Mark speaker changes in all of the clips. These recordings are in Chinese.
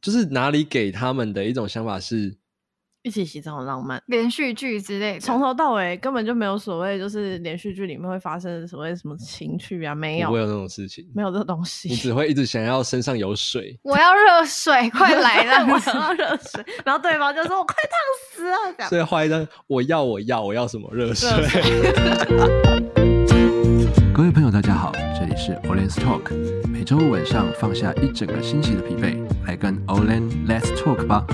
Speaker 1: 就是哪里给他们的一种想法是，
Speaker 2: 一起洗澡很浪漫。
Speaker 3: 连续剧之类的，
Speaker 2: 从头到尾根本就没有所谓，就是连续剧里面会发生所谓什么情趣啊，没有
Speaker 1: 不，会有那种事情，
Speaker 2: 没有这东
Speaker 1: 你
Speaker 2: 西。
Speaker 1: 只会一直想要身上有水。
Speaker 3: 我要热水，快来
Speaker 2: 我
Speaker 3: 了！
Speaker 2: 想要热水，然后对方就说：“我快烫死了。”这样
Speaker 1: 所以画一张，我要，我要，我要什么热水？
Speaker 2: 热
Speaker 4: 各位朋友，大家好，这里是 Olen's Talk，每周五晚上放下一整个星期的疲惫，来跟 Olen Let's Talk 吧。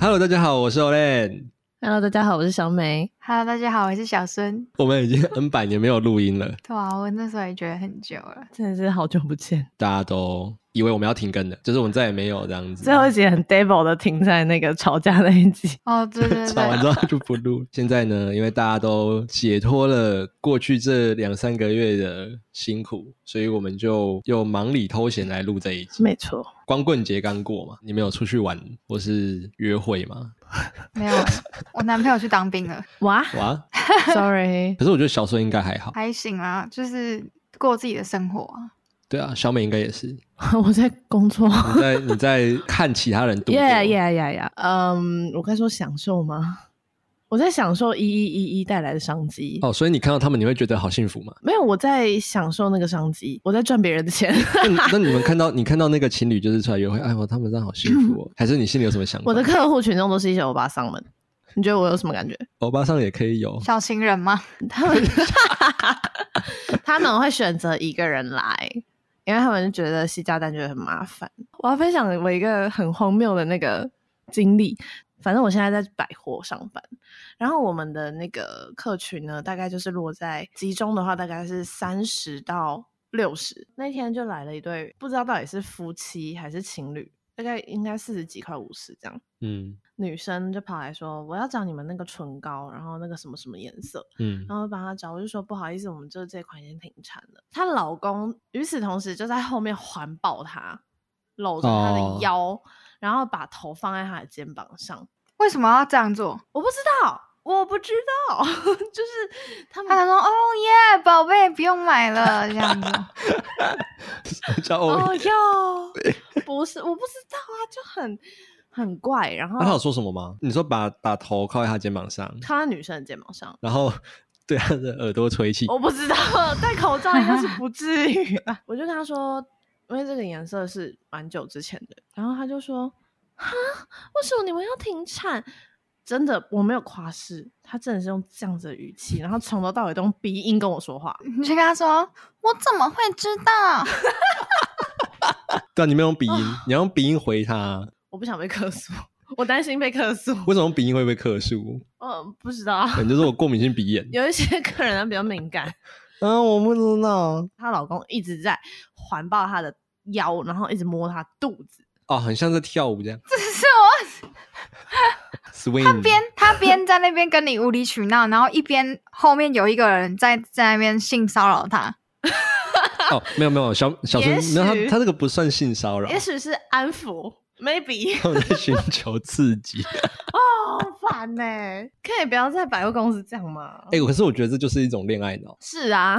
Speaker 1: Hello，大家好，我是 Olen。
Speaker 2: Hello，大家好，我是小美。
Speaker 3: Hello，大家好，我是小孙。
Speaker 1: 我们已经 N 百年没有录音了，
Speaker 3: 对啊，我那时候也觉得很久了。
Speaker 2: 真的是好久不见，
Speaker 1: 大家都以为我们要停更的，就是我们再也没有这样子。
Speaker 2: 最后一集很 devil 的停在那个吵架那一集。
Speaker 3: 哦， 对对
Speaker 1: 吵完
Speaker 3: 对，
Speaker 1: 之后就不录。 现在呢，因为大家都解脱了过去这两三个月的辛苦，所以我们就又忙里偷闲来录这一集。
Speaker 2: 没错，
Speaker 1: 光棍节刚过嘛，你们有出去玩或是约会吗？
Speaker 3: 没有，我男朋友去当兵了，
Speaker 2: 哇
Speaker 1: 哇！
Speaker 2: ，sorry，
Speaker 1: 可是我觉得小孙应该还好，
Speaker 3: 还行啦，就是过自己的生活啊。
Speaker 1: 对啊，小美应该也是。你
Speaker 2: 我在工 作。
Speaker 1: 在你在看其他人度过
Speaker 2: Yeah, yeah, yeah, yeah. 嗯、我该说享受吗？我在享受一一一一带来的商机。
Speaker 1: 哦，所以你看到他们，你会觉得好幸福吗？
Speaker 2: 没有，我在享受那个商机，我在赚别人的钱。
Speaker 1: 那你那你们看到你看到那个情侣就是出来约会，哎呦，他们这样好幸福 哦。还是你心里有什么想法？
Speaker 2: 我的客户群众都是一些欧巴桑们，你觉得我有什么感觉？
Speaker 1: 欧巴桑也可以有，
Speaker 3: 小情人吗？
Speaker 2: 他 们他们会选择一个人来，因为他们觉得西加蛋觉得很麻烦。我要分享我一个很荒谬的那个经历。反正我现在在百货上班，然后我们的那个客群呢，大概就是落在集中的话，大概是三十到六十。那天就来了一对，不知道到底是夫妻还是情侣，大概应该四十几块五十这样。
Speaker 1: 嗯
Speaker 2: 女生就跑来说：“我要找你们那个唇膏，然后那个什么什么颜色。”
Speaker 1: 嗯
Speaker 2: 然后帮他找，我就说不好意思，我们就是这款已经停产了。她老公与此同时就在后面环抱她，搂着她
Speaker 1: 哦
Speaker 2: 的腰，然后把头放在她的肩膀上。
Speaker 3: 为什么要这样做？
Speaker 2: 我不知道，我不知道， 就是他
Speaker 3: 他
Speaker 2: 们
Speaker 3: 就说：“哦耶，宝贝，不用买了。”这样子，
Speaker 1: 叫欧。
Speaker 2: 哦哟，不是，我不知道啊，就很很怪。然后
Speaker 1: 那他有说什么吗？你说把把头靠在他肩膀上，
Speaker 2: 靠在女生的肩膀上，
Speaker 1: 然后 对他的耳朵吹气。
Speaker 2: 我不知道，戴口罩应该是不至于吧。 我就跟他说，因为这个颜色是蛮久之前的，然后他就说：“哈，为什么你们要停产？”真的，我没有夸饰，他真的是用这样子的语气，然后从头到尾都用鼻音跟我说话。
Speaker 3: 你就跟他说：“我怎么会知道
Speaker 1: 对啊，你没有用鼻音，你要用鼻音回他。啊
Speaker 2: 我不想被客诉， 我担心被客诉。
Speaker 1: 为什么鼻音会被克数？
Speaker 2: 嗯，不知道，
Speaker 1: 你就说我过敏性鼻 炎。
Speaker 2: 有一些客人他比较敏感，
Speaker 1: 啊，我不知道。
Speaker 2: 她老公一直在环抱她的腰，然后一直摸她肚子。
Speaker 1: 哦，很像在跳舞这样？”
Speaker 3: 只是
Speaker 2: 嗯
Speaker 3: 我
Speaker 1: ，swing。
Speaker 3: 他边他边在那边跟你无理取闹，然后一边后面有一个人在在那边性骚扰他。
Speaker 1: 哦，没有没有，小小
Speaker 2: 也
Speaker 1: 孙，没有他
Speaker 2: 许
Speaker 1: 他这个不算性骚扰
Speaker 2: 也，许是安抚，maybe。
Speaker 1: 他们在寻求刺激。
Speaker 2: 哦，好烦呢、可以不要在百货公司这样吗？
Speaker 1: 哎，可是我觉得这就是一种恋爱脑。
Speaker 2: 是啊，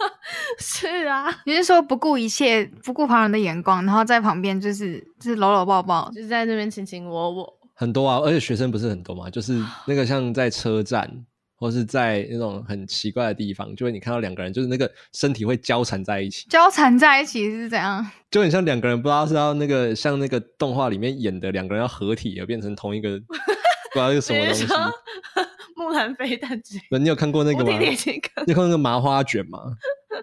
Speaker 2: 是啊，
Speaker 3: 你是说不顾一切、不顾旁人的眼光，然后在旁边就是就是搂搂抱抱？
Speaker 2: 就是在那边卿卿我我。
Speaker 1: 很多啊，而且学生不是很多嘛，就是那个像在车站或是在那种很奇怪的地方，就会你看到两个人，就是那个身体会交缠在一起，
Speaker 3: 交缠在一起是怎样？
Speaker 1: 就很像两个人不知道是要那个像那个动画里面演的两个人要合体而变成同一个，不知道是什么
Speaker 2: 比
Speaker 1: 东
Speaker 2: 如
Speaker 1: 西。
Speaker 2: 说木兰飞弹之类
Speaker 1: 不你有看过那
Speaker 2: 的，
Speaker 1: 个
Speaker 2: 我
Speaker 1: 吗？
Speaker 2: 听你这个。
Speaker 1: 你有看过那个麻花卷吗？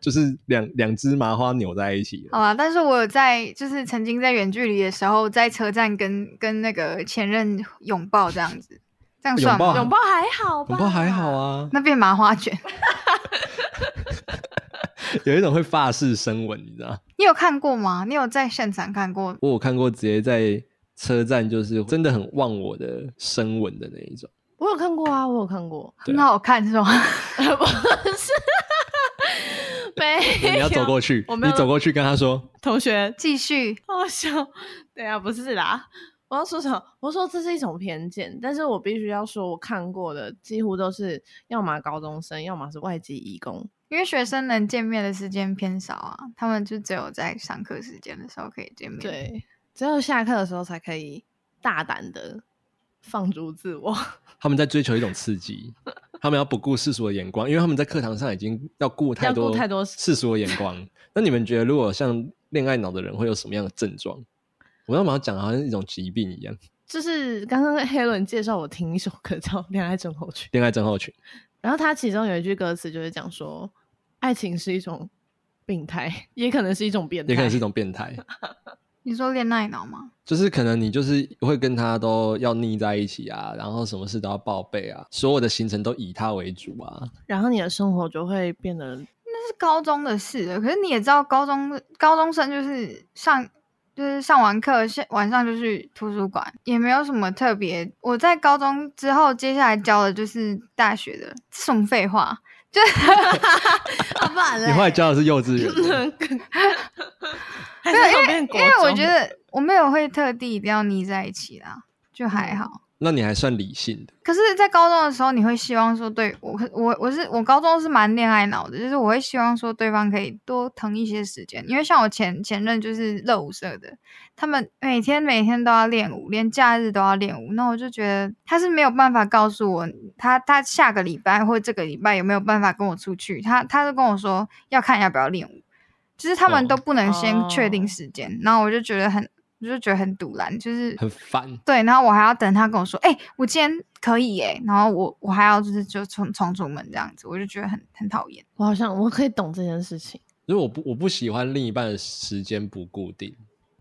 Speaker 1: 就是两两只麻花扭在一起。
Speaker 3: 好吧，但是我有在就是曾经在远距离的时候，在车站跟跟那个前任拥抱这样子，这样算
Speaker 1: 拥抱
Speaker 3: 吗？
Speaker 2: 拥抱还好吧？
Speaker 1: 恐怕还好。啊，
Speaker 3: 那变麻花卷，
Speaker 1: 有一种会发式声吻，你知道？
Speaker 3: 你有看过吗？你有在现场看过？
Speaker 1: 我有看过直接在车站，就是真的很忘我的声吻的那一 种。
Speaker 2: 我有看过啊，我有看过。
Speaker 1: 对啊
Speaker 3: 很好看是吗？
Speaker 2: 不是，没有。
Speaker 1: 你要走过去，
Speaker 2: 我没
Speaker 1: 你
Speaker 2: 有
Speaker 1: 走过去跟他说，
Speaker 2: 同学
Speaker 3: 继续，
Speaker 2: 好笑。对啊，不是啦，我要说什么？我说这是一种偏见，但是我必须要说，我看过的几乎都是要么高中生，要么是外籍移工，
Speaker 3: 因为学生能见面的时间偏少啊，他们就只有在上课时间的时候可以见面。，
Speaker 2: 对，只有下课的时候才可以大胆的放逐自我。
Speaker 1: 他们在追求一种刺激，他们要不顾世俗的眼光，因为他们在课堂上已经要顾太
Speaker 2: 要
Speaker 1: 多
Speaker 2: 顾太多
Speaker 1: 世俗的眼光。那你们觉得，如果像恋爱脑的人会有什么样的症状？我们要把它讲得好像一种疾病一样，
Speaker 2: 就是刚刚黑伦介绍我听一首歌叫《恋爱症候群》，
Speaker 1: 恋爱症候群。
Speaker 2: 然后它其中有一句歌词就是讲说，爱情是一种病态，也可能是一种变态，
Speaker 1: 也可能是一种变态，
Speaker 3: 你说恋爱脑吗？
Speaker 1: 就是可能你就是会跟他都要腻在一起啊，然后什么事都要报备啊，所有的行程都以他为主啊。
Speaker 2: 然后你的生活就会变 得
Speaker 3: 那是高中的事了，可是你也知道，高中高中生就是上就是上完课，下晚上就去图书馆，也没有什么特别。我在高中之后，接下来教的就是大学的，这什么废话？就
Speaker 2: 啊，不然
Speaker 1: 你后来教的是幼稚园的，
Speaker 2: 还是
Speaker 3: 没有
Speaker 2: 有
Speaker 3: 因为
Speaker 2: 变国
Speaker 3: 因为我
Speaker 2: 中
Speaker 3: 觉得我没有会特地一定要腻在一起啦，就还好。
Speaker 1: 那你还算理性的。
Speaker 3: 可是，在高中的时候，你会希望说对我，我我是我高中是蛮恋爱脑的，就是我会希望说对方可以多腾一些时间，因为像我前前任就是热舞社的，他们每天每天都要练舞，连假日都要练舞，那我就觉得他是没有办法告诉我他他下个礼拜或这个礼拜有没有办法跟我出去，他他就跟我说要看要不要练舞，就是他们
Speaker 1: 哦
Speaker 3: 都不能先确
Speaker 2: 哦
Speaker 3: 定时间，然后我就觉得很我就觉得很堵然，就是
Speaker 1: 很烦，
Speaker 3: 对，然后我还要等他跟我说，哎、我今天可以耶、然后我我还要就是就冲冲出门这样子，我就觉得很很讨厌。
Speaker 2: 我好像我可以懂这件事情，
Speaker 1: 因为我不我不喜欢另一半的时间不固定，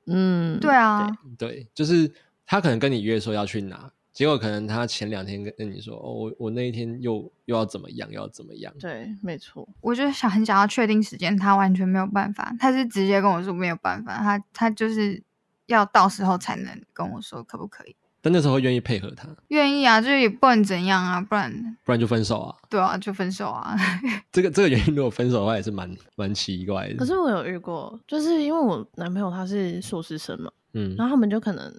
Speaker 2: 嗯，
Speaker 3: 对啊，
Speaker 1: 对，就是他可能跟你约说要去哪，结果可能他前两天跟你说，哦，我我那一天又又要怎么样，又要怎么样，
Speaker 2: 对，没错，
Speaker 3: 我就想很想要确定时间，他完全没有办法，他是直接跟我说没有办法，他他就是要到时候才能跟我说可不可以，
Speaker 1: 但那时候愿意配合他，
Speaker 3: 愿意啊，就是也不能怎样啊，不然
Speaker 1: 不然就分手啊。
Speaker 3: 对啊就分手啊。
Speaker 1: 这个这个原因，如果分手的话，也是蛮蛮奇怪的。
Speaker 3: 嗯
Speaker 2: 可是我有遇过，就是因为我男朋友他是硕士生嘛，
Speaker 1: 嗯，
Speaker 2: 然后他们就可能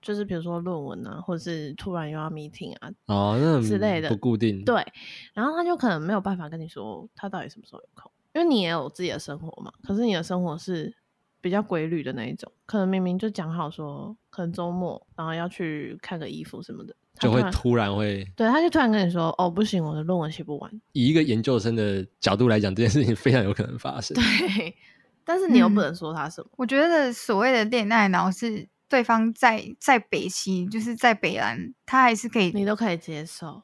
Speaker 2: 就是比如说论文啊，或者是突然又要 meeting 啊，
Speaker 1: 哦，那
Speaker 2: 之类的
Speaker 1: 不固定，
Speaker 2: 对，然后他就可能没有办法跟你说他到底什么时候有空，因为你也有自己的生活嘛，可是你的生活是比较规律的那一种，可能明明就讲好说可能周末然后要去看个衣服什么的，他
Speaker 1: 就
Speaker 2: 突
Speaker 1: 会
Speaker 2: 然
Speaker 1: 突然会
Speaker 2: 对，他就突然跟你说哦不行，我的论文写不完，
Speaker 1: 以一个研究生的角度来讲，这件事情非常有可能发生。
Speaker 2: 对，但是你又不
Speaker 3: 嗯
Speaker 2: 能说他什么，
Speaker 3: 我觉得所谓的恋爱脑是对方在在北西，就是在北兰，他还是可以
Speaker 2: 你都可以接受，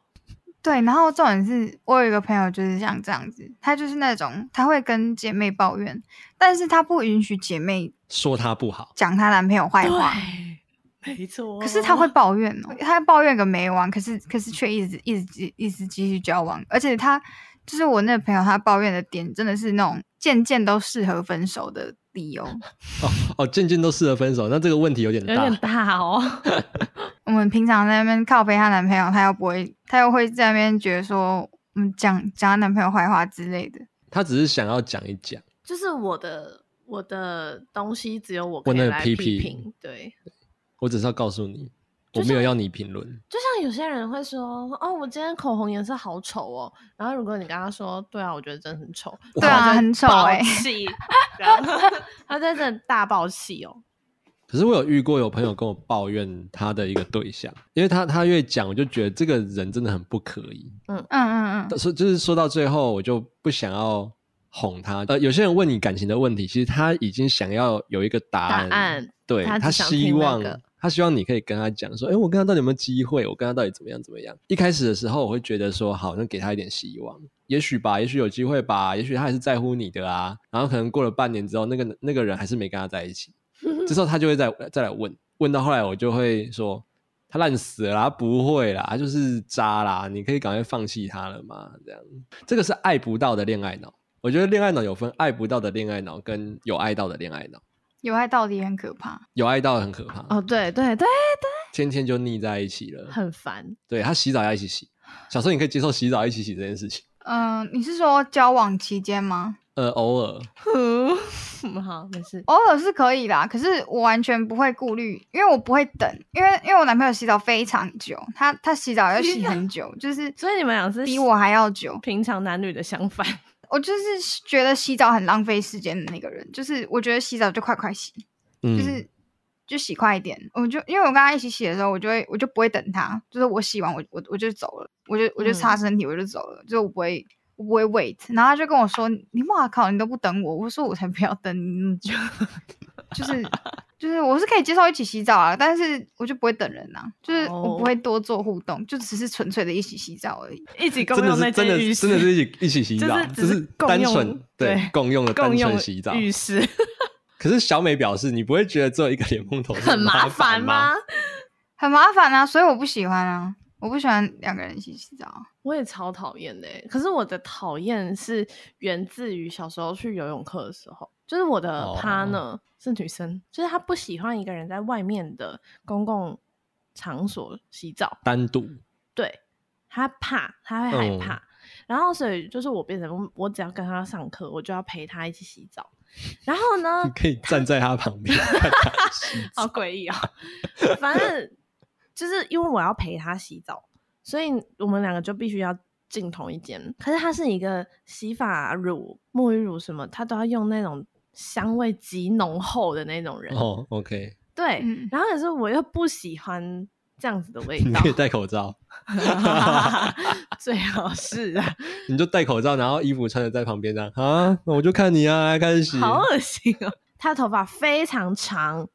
Speaker 3: 对，然后重点是我有一个朋友就是像这样子，她就是那种她会跟姐妹抱怨，但是她不允许姐妹
Speaker 1: 说他不好，
Speaker 3: 讲她男朋友坏话，
Speaker 2: 对，没错，
Speaker 3: 可是她会抱怨哦，她抱怨个没完，可是可是却一直一直一直继续交往，而且她就是我那个朋友，她抱怨的点真的是那种渐渐都适合分手的理由。
Speaker 1: 哦，渐渐都适合分手，那这个问题有点
Speaker 2: 有
Speaker 1: 大。
Speaker 2: 点大哦，
Speaker 3: 我们平常在那边靠背她男朋友，她又不会，她又会在那边觉得说，嗯，讲讲她男朋友坏话之类的。
Speaker 1: 他只是想要讲一讲，
Speaker 2: 就是我的我的东西只有我
Speaker 1: 不
Speaker 2: 可以
Speaker 1: 能
Speaker 2: 来
Speaker 1: 批
Speaker 2: 批
Speaker 1: 评
Speaker 2: 评，对。
Speaker 1: 我只是要告诉你，
Speaker 2: 就
Speaker 1: 我
Speaker 2: 像
Speaker 1: 没有要你评论。
Speaker 2: 就像有些人会说，哦，我今天口红颜色好丑哦。然后如果你跟他说，对啊，我觉得真的很丑，
Speaker 1: 对
Speaker 2: 他
Speaker 3: 啊
Speaker 2: 就会
Speaker 3: 很丑
Speaker 2: 爆
Speaker 3: 欸
Speaker 2: 气然后他在这大爆气哦。
Speaker 1: 可是我有遇过有朋友跟我抱怨他的一个对象，因为他他越讲，我就觉得这个人真的很不可以。
Speaker 3: 嗯嗯嗯，
Speaker 1: 说就是说到最后，我就不想要哄他。呃，有些人问你感情的问题，其实他已经想要有一个答案，
Speaker 2: 答案
Speaker 1: 对
Speaker 2: 他
Speaker 1: 他
Speaker 2: 只想
Speaker 1: 希
Speaker 2: 听那
Speaker 1: 望
Speaker 2: 个
Speaker 1: 他希望你可以跟他讲说，哎，我跟他到底有没有机会？我跟他到底怎么样怎么样？一开始的时候，我会觉得说，好，那给他一点希望，也许吧，也许有机会吧，也许他还是在乎你的啊。然后可能过了半年之后，那个那个人还是没跟他在一 起，这时候他就会再再来问，问到后来我就会说。他烂死了啦，他不会啦，他就是渣啦，你可以赶快放弃他了嘛？这样，这个是爱不到的恋爱脑。我觉得恋爱脑有分爱不到的恋爱脑跟有爱到的恋爱脑，
Speaker 3: 有爱到底很可怕。
Speaker 1: 有爱到很可怕，
Speaker 2: 哦，对对对，
Speaker 1: 天天就腻在一起了。
Speaker 2: 很 烦。
Speaker 1: 对他洗澡要一起洗，小时候你可以接受洗澡一起洗这件事情，
Speaker 3: 嗯、你是说交往期间吗？
Speaker 1: 呃，偶尔
Speaker 2: 嗯，好，没事。
Speaker 3: 偶尔是可以啦，可是我完全不会顾虑，因为我不会等，因为因为我男朋友洗澡非常久，他他洗澡要洗很久，就是
Speaker 2: 所以你们俩是
Speaker 3: 比我还要久。
Speaker 2: 平常男女的相反，
Speaker 3: 我就是觉得洗澡很浪费时间的那个人，就是我觉得洗澡就快快洗，
Speaker 1: 嗯，
Speaker 3: 就是、就洗快一点。我就因为我跟他一起洗的时候，我就会我就不会等他，就是我洗完我我我就走了，我就我就擦身体我就走了，就我不会我不会 wait。然后他就跟我说：“你哇靠，你都不等我。”我说：“我才不要等你那么久。” 就是就是我是可以接受一起洗澡啊，但是我就不会等人啊，就是我
Speaker 2: 哦
Speaker 3: 不会多做互动，就只是纯粹的一起洗澡而已。
Speaker 2: 一起共
Speaker 1: 真的
Speaker 2: 用
Speaker 1: 是
Speaker 2: 那
Speaker 1: 真
Speaker 2: 间
Speaker 1: 的
Speaker 2: 浴
Speaker 1: 是
Speaker 2: 室，
Speaker 1: 真的是一起一起洗
Speaker 2: 就
Speaker 1: 澡，
Speaker 2: 是只
Speaker 1: 就是
Speaker 2: 共
Speaker 1: 单
Speaker 2: 用
Speaker 1: 纯对
Speaker 2: 对
Speaker 1: 共用的单
Speaker 2: 共
Speaker 1: 纯
Speaker 2: 用
Speaker 1: 洗澡。
Speaker 2: 浴室
Speaker 1: 可是小美表示，你不会觉得只有一个莲蓬头是
Speaker 2: 很麻
Speaker 1: 哦烦
Speaker 2: 烦吗？？
Speaker 3: 很麻烦啊，所以我不喜欢啊，我不喜欢两个人一起洗澡。
Speaker 2: 我也超讨厌的欸、可是我的讨厌是源自于小时候去游泳课的时候，就是我的
Speaker 1: 哦
Speaker 2: partner、是女生，就是她不喜欢一个人在外面的公共场所洗澡，
Speaker 1: 单独
Speaker 2: 嗯对她怕，她会害
Speaker 1: 嗯
Speaker 2: 怕。然后所以就是我变成我只要跟她上课，我就要陪她一起洗澡。然后 呢，
Speaker 1: 你可以站在他旁 边看他洗
Speaker 2: 好
Speaker 1: 澡。
Speaker 2: 诡异哦。 反正就是因为我要陪他洗澡，所以我们两个就必须要进同一间。可是它是一个洗发乳、沐浴乳什么，他都要用那种香味极浓厚的那种人。
Speaker 1: 哦，OK，
Speaker 2: 对，
Speaker 3: 嗯
Speaker 2: 然后可是我又不喜欢这样子的味
Speaker 1: 你
Speaker 2: 道
Speaker 1: 可以，戴口罩，
Speaker 2: 最好是啊，
Speaker 1: 你就戴口罩，然后衣服穿的在旁边这样啊，那我就看你啊，开始洗。
Speaker 2: 好恶心哦。他的头发非常长，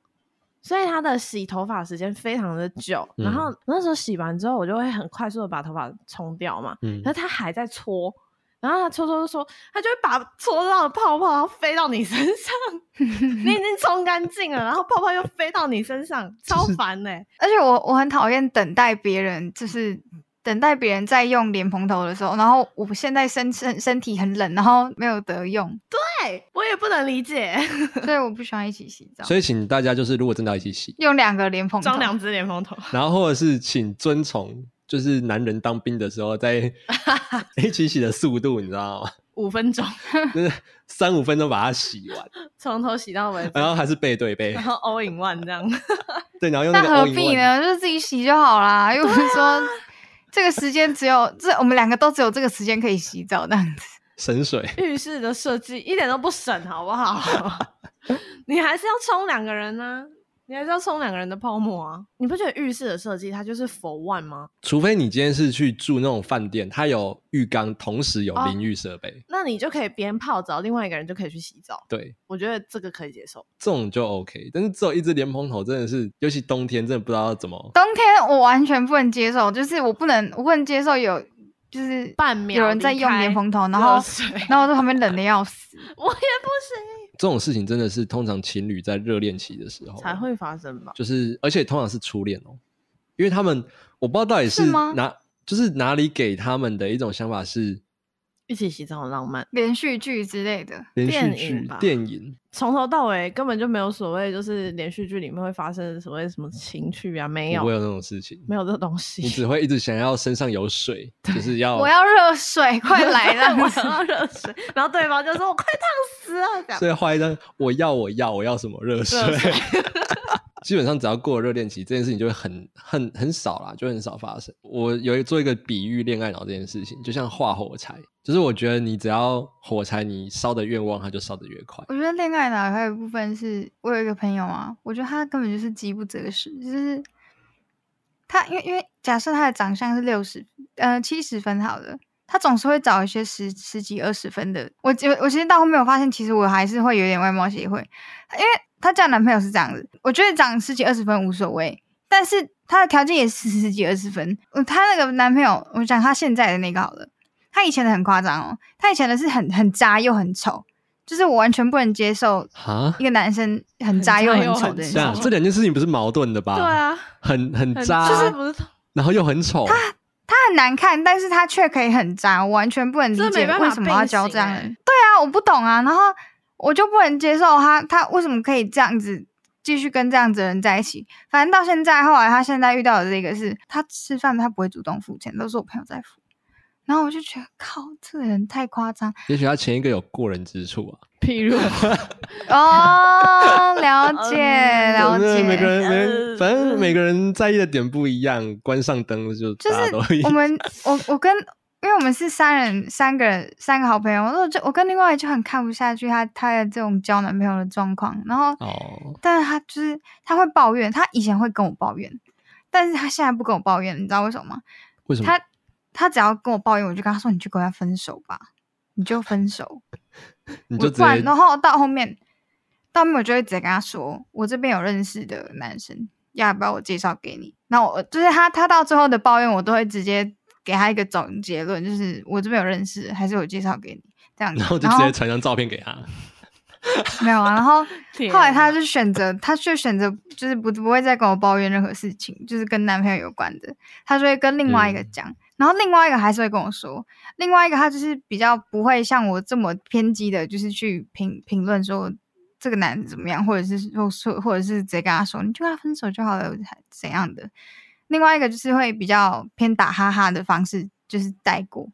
Speaker 2: 所以他的洗头发时间非常的久。
Speaker 1: 嗯
Speaker 2: 然后那时候洗完之后，我就会很快速的把头发冲掉嘛。
Speaker 1: 嗯
Speaker 2: 可是他还在搓，然后他搓搓搓，他就会把搓到的泡泡然后飞到你身上， 你已经冲干净了，然后泡泡又飞到你身上，超烦呢、
Speaker 3: 而且我我很讨厌等待别人，就是等待别人在用莲蓬头的时候，然后我现在身身身体很冷，然后没有得用，
Speaker 2: 对哎我也不能理解，
Speaker 3: 所以我不喜欢一起洗澡。
Speaker 1: 所以请大家就是，如果真的要一起洗，
Speaker 3: 用两个莲蓬头
Speaker 2: 装，两只连蓬头，
Speaker 1: 然后或者是请遵从，就是男人当兵的时候在一起洗的速度，你知道吗？
Speaker 2: 五分钟
Speaker 1: 就是三五分钟把它洗完，
Speaker 2: 从头洗到尾，
Speaker 1: 然后还是背对背
Speaker 2: 然，后 all in one 这样。
Speaker 1: 对，然后用
Speaker 3: 那
Speaker 1: 那个
Speaker 3: 何
Speaker 1: all in
Speaker 3: 必
Speaker 1: one
Speaker 3: 呢？就是自己洗就好啦，又不是说
Speaker 2: 啊
Speaker 3: 这个时间只有这，我们两个都只有这个时间可以洗澡这样子。
Speaker 1: 省水。
Speaker 2: 浴室的设计一点都不省，好不好？ 你还是要冲两个人呢、啊你还是要冲两个人的泡沫啊！你不觉得浴室的设计它就是 for one 吗？
Speaker 1: 除非你今天是去住那种饭店，它有浴缸，同时有
Speaker 2: 哦
Speaker 1: 淋浴设备，
Speaker 2: 那你就可以边泡澡，另外一个人就可以去洗澡。
Speaker 1: 对，
Speaker 2: 我觉得这个可以接受。
Speaker 1: 这种就 OK。但是只有一只莲蓬头，真的是，尤其冬天，真的不知道要怎么。
Speaker 3: 冬天我完全不能接受，就是我不能，我不能接受有就是
Speaker 2: 半秒
Speaker 3: 有人在用
Speaker 2: 离开啊
Speaker 3: 莲蓬头，然
Speaker 2: 热
Speaker 3: 后
Speaker 2: 水
Speaker 3: 然后我在旁边冷的要死。
Speaker 2: 我也不
Speaker 1: 这种事情真的是通常情侣在热恋期的时候
Speaker 2: 行，才，会发生吧？
Speaker 1: 就是而且通常是初恋哦，因为他们我不知道到底
Speaker 3: 是吗
Speaker 1: 哪就是哪里给他们的一种想法是
Speaker 2: 一起洗澡很浪漫，
Speaker 3: 连续剧之类的。
Speaker 1: 连续
Speaker 2: 电
Speaker 1: 剧
Speaker 2: 影吧
Speaker 1: 电影
Speaker 2: 从头到尾根本就没有所谓，就是连续剧里面会发生所谓什么情趣啊，没有
Speaker 1: 不会，有那种事情，
Speaker 2: 没有这东西。
Speaker 1: 你 只会一直想要身上有水，就是要
Speaker 3: 我要热水，快来
Speaker 2: 让
Speaker 3: 了
Speaker 2: 我！想要热水，然后对方就说我快烫死了，这样
Speaker 1: 所以画一张，我要我要我要什么热水。
Speaker 2: 热水
Speaker 1: 基本上只要过了热恋期，这件事情就会很很很少啦，就很少发生。我有做一个比喻恋爱脑这件事情，就像画火柴，就是我觉得你只要火柴你烧的越旺，它就烧的越快。
Speaker 3: 我觉得恋爱脑还有一部分是我有一个朋友啊，我觉得他根本就是饥不择食，就是他因为因为假设他的长相是六十呃七十分好了，他总是会找一些十十几二十分的。我我我其实到后面我发现，其实我还是会有点外貌协会，因为她交的男朋友是这样子，我觉得长十几二十分无所谓，但是她的条件也是十几二十分。呃她那个男朋友，我讲她现在的那个好了，她以前的很夸张哦，她以前的是很很渣又很丑，就是我完全不能接受
Speaker 1: 哈
Speaker 3: 一，个男生很渣
Speaker 2: 很
Speaker 3: 又
Speaker 2: 渣
Speaker 3: 很
Speaker 2: 又
Speaker 3: 丑
Speaker 2: 很
Speaker 3: 的人
Speaker 1: 这。样这两件事情不是矛盾的吧？
Speaker 2: 对，啊，
Speaker 1: 很很
Speaker 2: 很
Speaker 1: 渣，
Speaker 2: 就是不是
Speaker 1: 然后又很丑，
Speaker 3: 他很难看，但是他却可以很渣，我完全不能理
Speaker 2: 这
Speaker 3: 解
Speaker 2: 没办法欸
Speaker 3: 为什么要教这样的
Speaker 2: 并
Speaker 3: 人。对啊，我不懂啊，然后我就不能接受他，他为什么可以这样子继续跟这样子的人在一起？反正到现在，后来他现在遇到的这个是，他吃饭他不会主动付钱，都是我朋友在付。然后我就觉得靠，这个人太夸张
Speaker 1: 也许他前一个有过人之处啊。
Speaker 2: 譬 如
Speaker 3: 哦， 了解了
Speaker 1: 反正每个人，每
Speaker 3: 解。嗯
Speaker 1: 个人
Speaker 2: 呃
Speaker 1: 反正每个人在意的点不一样，关上灯就
Speaker 3: 就
Speaker 1: 大家都一
Speaker 3: 是
Speaker 1: 样
Speaker 3: 我。们，我我跟因为我们是三人，三个人，三个好朋友，我就我跟另外一个就很看不下去他他的这种交男朋友的状况，然后，
Speaker 1: 哦
Speaker 3: 但是他就是他会抱怨，他以前会跟我抱怨，但是他现在不跟我抱怨，你知道为什么吗？
Speaker 1: 为什么？
Speaker 3: 他他只要跟我抱怨，我就跟他说你去跟他分手吧，你就分手，
Speaker 1: 你
Speaker 3: 我
Speaker 1: 就直
Speaker 3: 不然，
Speaker 1: 接
Speaker 3: 然后到后面，到后面我就会直接跟他说，我这边有认识的男生，要不要我介绍给你？那我就是他，他到最后的抱怨，我都会直接给他一个总结论，就是我这边有认识，还是我介绍给你这样子。
Speaker 1: 然后就直接传张照片给他。
Speaker 3: 没有啊，然后
Speaker 2: 天
Speaker 3: 后来他
Speaker 2: 哪
Speaker 3: 就选择，他就选择就是不不会再跟我抱怨任何事情，就是跟男朋友有关的，他就会跟另外一个
Speaker 1: 嗯
Speaker 3: 讲，然后另外一个还是会跟我说，另外一个他就是比较不会像我这么偏激的，就是去评评论说这个男人怎么样，或者是说说，或者是直接跟他说你就跟他分手就好了，还怎样的。另外一个就是会比较偏打哈哈的方式，就是带过。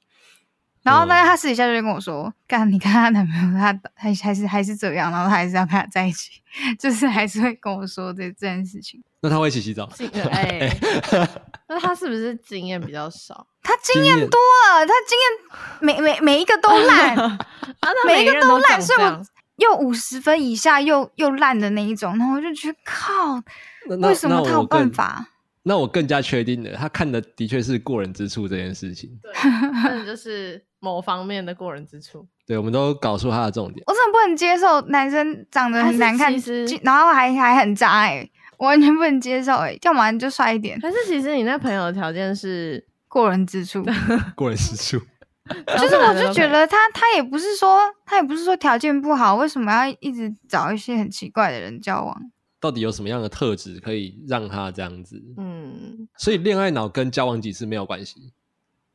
Speaker 3: 然后，但
Speaker 1: 嗯
Speaker 3: 是他私底下就会跟我说：“干，你看她男朋友，他还还是还是这样，然后他还是要跟他在一起， 就是还是会跟我说这这件事情。
Speaker 1: 那他会一起洗澡？
Speaker 2: 这 个哎，那他是不是经验比较少？
Speaker 3: 他经
Speaker 1: 验
Speaker 3: 验多了，他经验每每每一个都烂，
Speaker 2: 啊，他
Speaker 3: 每一个
Speaker 2: 人
Speaker 3: 都
Speaker 2: 都
Speaker 3: 烂，
Speaker 2: 长
Speaker 3: 所以
Speaker 2: 这
Speaker 3: 我
Speaker 2: 样
Speaker 3: 又五十分以下又又烂的那一种，然后我就觉得靠，
Speaker 1: 那那
Speaker 3: 为什么
Speaker 1: 那
Speaker 3: 他有
Speaker 1: 我更
Speaker 3: 办法？
Speaker 1: 那我更加确定了，他看的的确是过人之处这件事情。
Speaker 2: 对，那就是某方面的过人之处。
Speaker 1: 对，我们都搞出他的重点。
Speaker 3: 我真的不能接受男生长得
Speaker 2: 还
Speaker 3: 很
Speaker 2: 是
Speaker 3: 难看
Speaker 2: 其实，
Speaker 3: 然后还还很渣哎、我完全不能接受哎、要么你就帅一点，
Speaker 2: 但是其实你那朋友的条件是，
Speaker 3: 过人之 处。
Speaker 1: 过人之处，
Speaker 2: 就
Speaker 3: 就是我就觉得他他也不是说他也不是说条件不好，为什么要一直找一些很奇怪的人交往？
Speaker 1: 到底有什么样的特质可以让他这样子？
Speaker 2: 嗯，
Speaker 1: 所以恋爱脑跟交往几次没有关系。